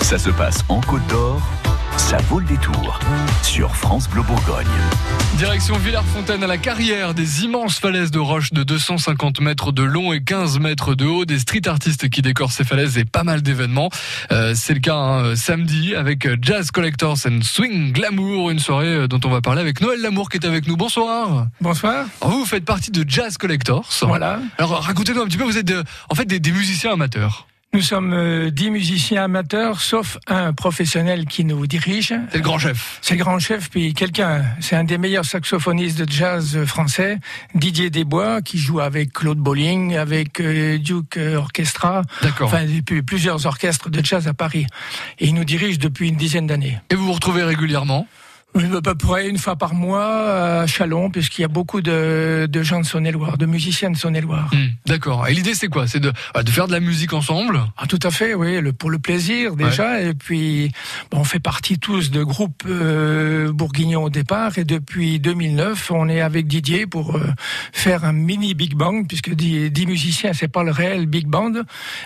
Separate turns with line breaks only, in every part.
Ça se passe en Côte d'Or, ça vaut le détour sur France Bleu Bourgogne.
Direction Villars-Fontaine à la carrière des immenses falaises de roches de 250 mètres de long et 15 mètres de haut, des street artistes qui décorent ces falaises et pas mal d'événements. Euh, c'est le cas hein, samedi avec Jazz Collectors and Swing Glamour, une soirée euh, dont on va parler avec Noël Lamour qui est avec nous. Bonsoir.
Bonsoir.
Alors vous, vous faites partie de Jazz Collectors.
Voilà.
Alors racontez-nous un petit peu, vous êtes de- en fait des, des musiciens amateurs.
Nous sommes euh, dix musiciens amateurs, sauf un professionnel qui nous dirige.
C'est le grand chef.
C'est le grand chef, puis quelqu'un, c'est un des meilleurs saxophonistes de jazz euh, français, Didier Desbois, qui joue avec Claude Bolling, avec euh, Duke euh, Orchestra,
D'accord.
enfin depuis plusieurs orchestres de jazz à Paris. Et il nous dirige depuis une dizaine d'années.
Et vous vous retrouvez régulièrement
Oui, à peu près une fois par mois à Chalon, puisqu'il y a beaucoup de, de gens de Saône-et-Loire, de musiciens de Saône-et-Loire.
Hmm, D'accord. Et l'idée c'est quoi C'est de, bah, de faire de la musique ensemble
Ah, tout à fait, oui, le, pour le plaisir déjà. Et puis, bon, on fait partie tous de groupes euh, bourguignons au départ. Et depuis 2009, on est avec Didier pour euh, faire un mini big band, puisque 10, musiciens, c'est pas le réel big band.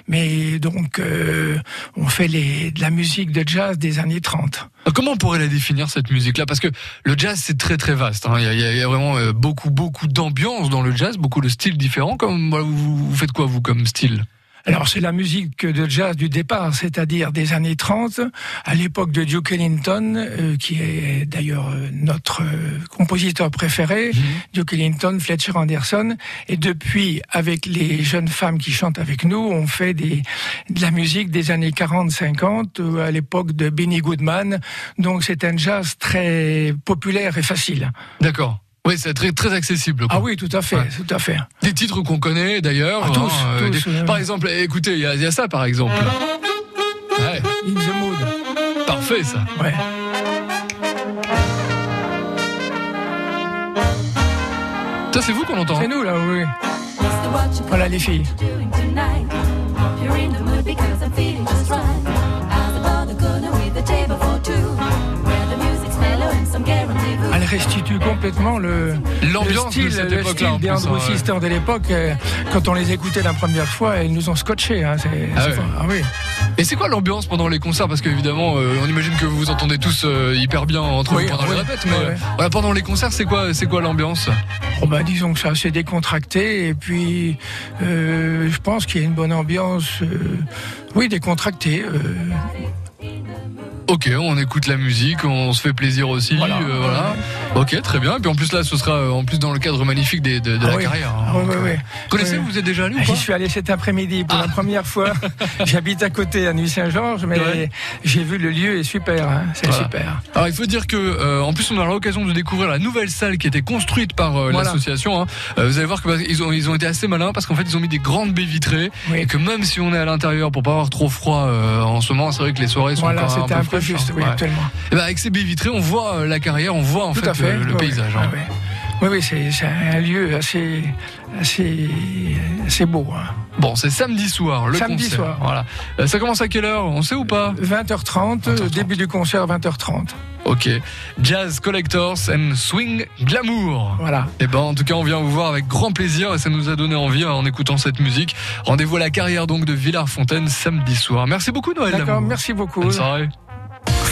Mais donc, euh, on fait les, de la musique de jazz des années 30.
Euh, Comment on pourrait la définir cette musique-là Parce que le jazz c'est très très vaste. hein. Il y a- il y, a- il y a vraiment euh, beaucoup beaucoup d'ambiance dans le jazz, beaucoup de styles différents. Comme voilà, vous, vous faites quoi vous comme style
Alors, c'est la musique de jazz du départ, c'est-à-dire des années 30, à l'époque de Duke Ellington, euh, qui est d'ailleurs euh, notre euh, compositeur préféré. Duke Ellington, Fletcher Anderson. Et depuis, avec les jeunes femmes qui chantent avec nous, on fait des, de la musique des années 40-50, euh, à l'époque de Benny Goodman. Donc c'est un jazz très populaire et facile.
D'accord. Oui, c'est très très accessible. quoi.
Ah oui, tout à fait,
Ouais.
tout à fait.
Des titres qu'on connaît d'ailleurs. hein,
Ah, tous, tous,
des-
euh.
Par exemple, eh, écoutez, il y, a- il y a ça par exemple. Ouais,
In the mood.
parfait ça.
Ouais.
Ça c'est vous qu'on entend. hein.
C'est nous là, oui.
Voilà les filles.
Elle restitue complètement le,
L'ambiance
le
de
style,
cette
le
époque-là,
style
en
des
plus, hein,
Andrew
ouais.
Sisters de l'époque. euh, Quand on les écoutait la première fois, ils nous ont scotché. Hein, c'est-
Ah
c'est
ouais.
fort. ah oui.
Et c'est quoi l'ambiance pendant les concerts Parce qu'évidemment, euh, on imagine que vous vous entendez tous euh, hyper bien entre
Oui,
vous pendant les
oui,
répètes, mais
ouais,
euh,
ouais.
voilà, pendant les concerts, c'est quoi, c'est quoi l'ambiance
Oh bah, disons que c'est assez décontracté et puis euh, je pense qu'il y a une bonne ambiance. euh, oui, décontractée. euh,
Ok, on écoute la musique, on se fait plaisir aussi.
Voilà.
euh, voilà. Ok, très bien. Et puis en plus là, ce sera euh, en plus dans le cadre magnifique des- de, de
Ah
la
oui.
carrière. hein.
Ah oui,
Donc,
oui,
euh,
oui.
Connaissez,
Oui.
vous êtes déjà allé ou pas
J'y suis allé cet après-midi pour
Ah.
la première fois. J'habite à côté à Nuit-Saint-Georges, mais
Ouais.
j'ai vu le lieu est super. hein, c'est
Voilà.
super.
Alors il faut dire que euh, en plus on a l'occasion de découvrir la nouvelle salle qui a été construite par euh,
Voilà.
l'association. hein. Euh, vous allez voir que bah, ils ont ils ont été assez malins parce qu'en fait ils ont mis des grandes baies vitrées
Oui.
et que même si on est à l'intérieur pour pas avoir trop froid euh, en ce moment, c'est vrai que les soirées sont
Voilà,
encore
c'était un, peu
fraîches,
juste,
hein.
oui,
Ouais.
actuellement.
Eh ben, avec ces baies vitrées, on voit euh, la carrière, on voit en
Tout
fait,
à fait.
euh, le
oui,
paysage. hein.
Oui, oui, oui c'est c'est un lieu assez, assez, assez beau. hein.
Bon, c'est samedi soir, le
Samedi
concert.
soir.
Voilà. Euh, Ça commence à quelle heure On sait ou pas
20h30,
20h30.
début du concert 20h30.
Ok. Jazz Collectors and Swing Glamour.
Voilà.
Eh ben, en tout cas, on vient vous voir avec grand plaisir et ça nous a donné envie hein, en écoutant cette musique. Rendez-vous à la carrière donc de Villars-Fontaine samedi soir. Merci beaucoup Noël.
D'accord,
Lamour.
merci beaucoup.
Bonne soirée.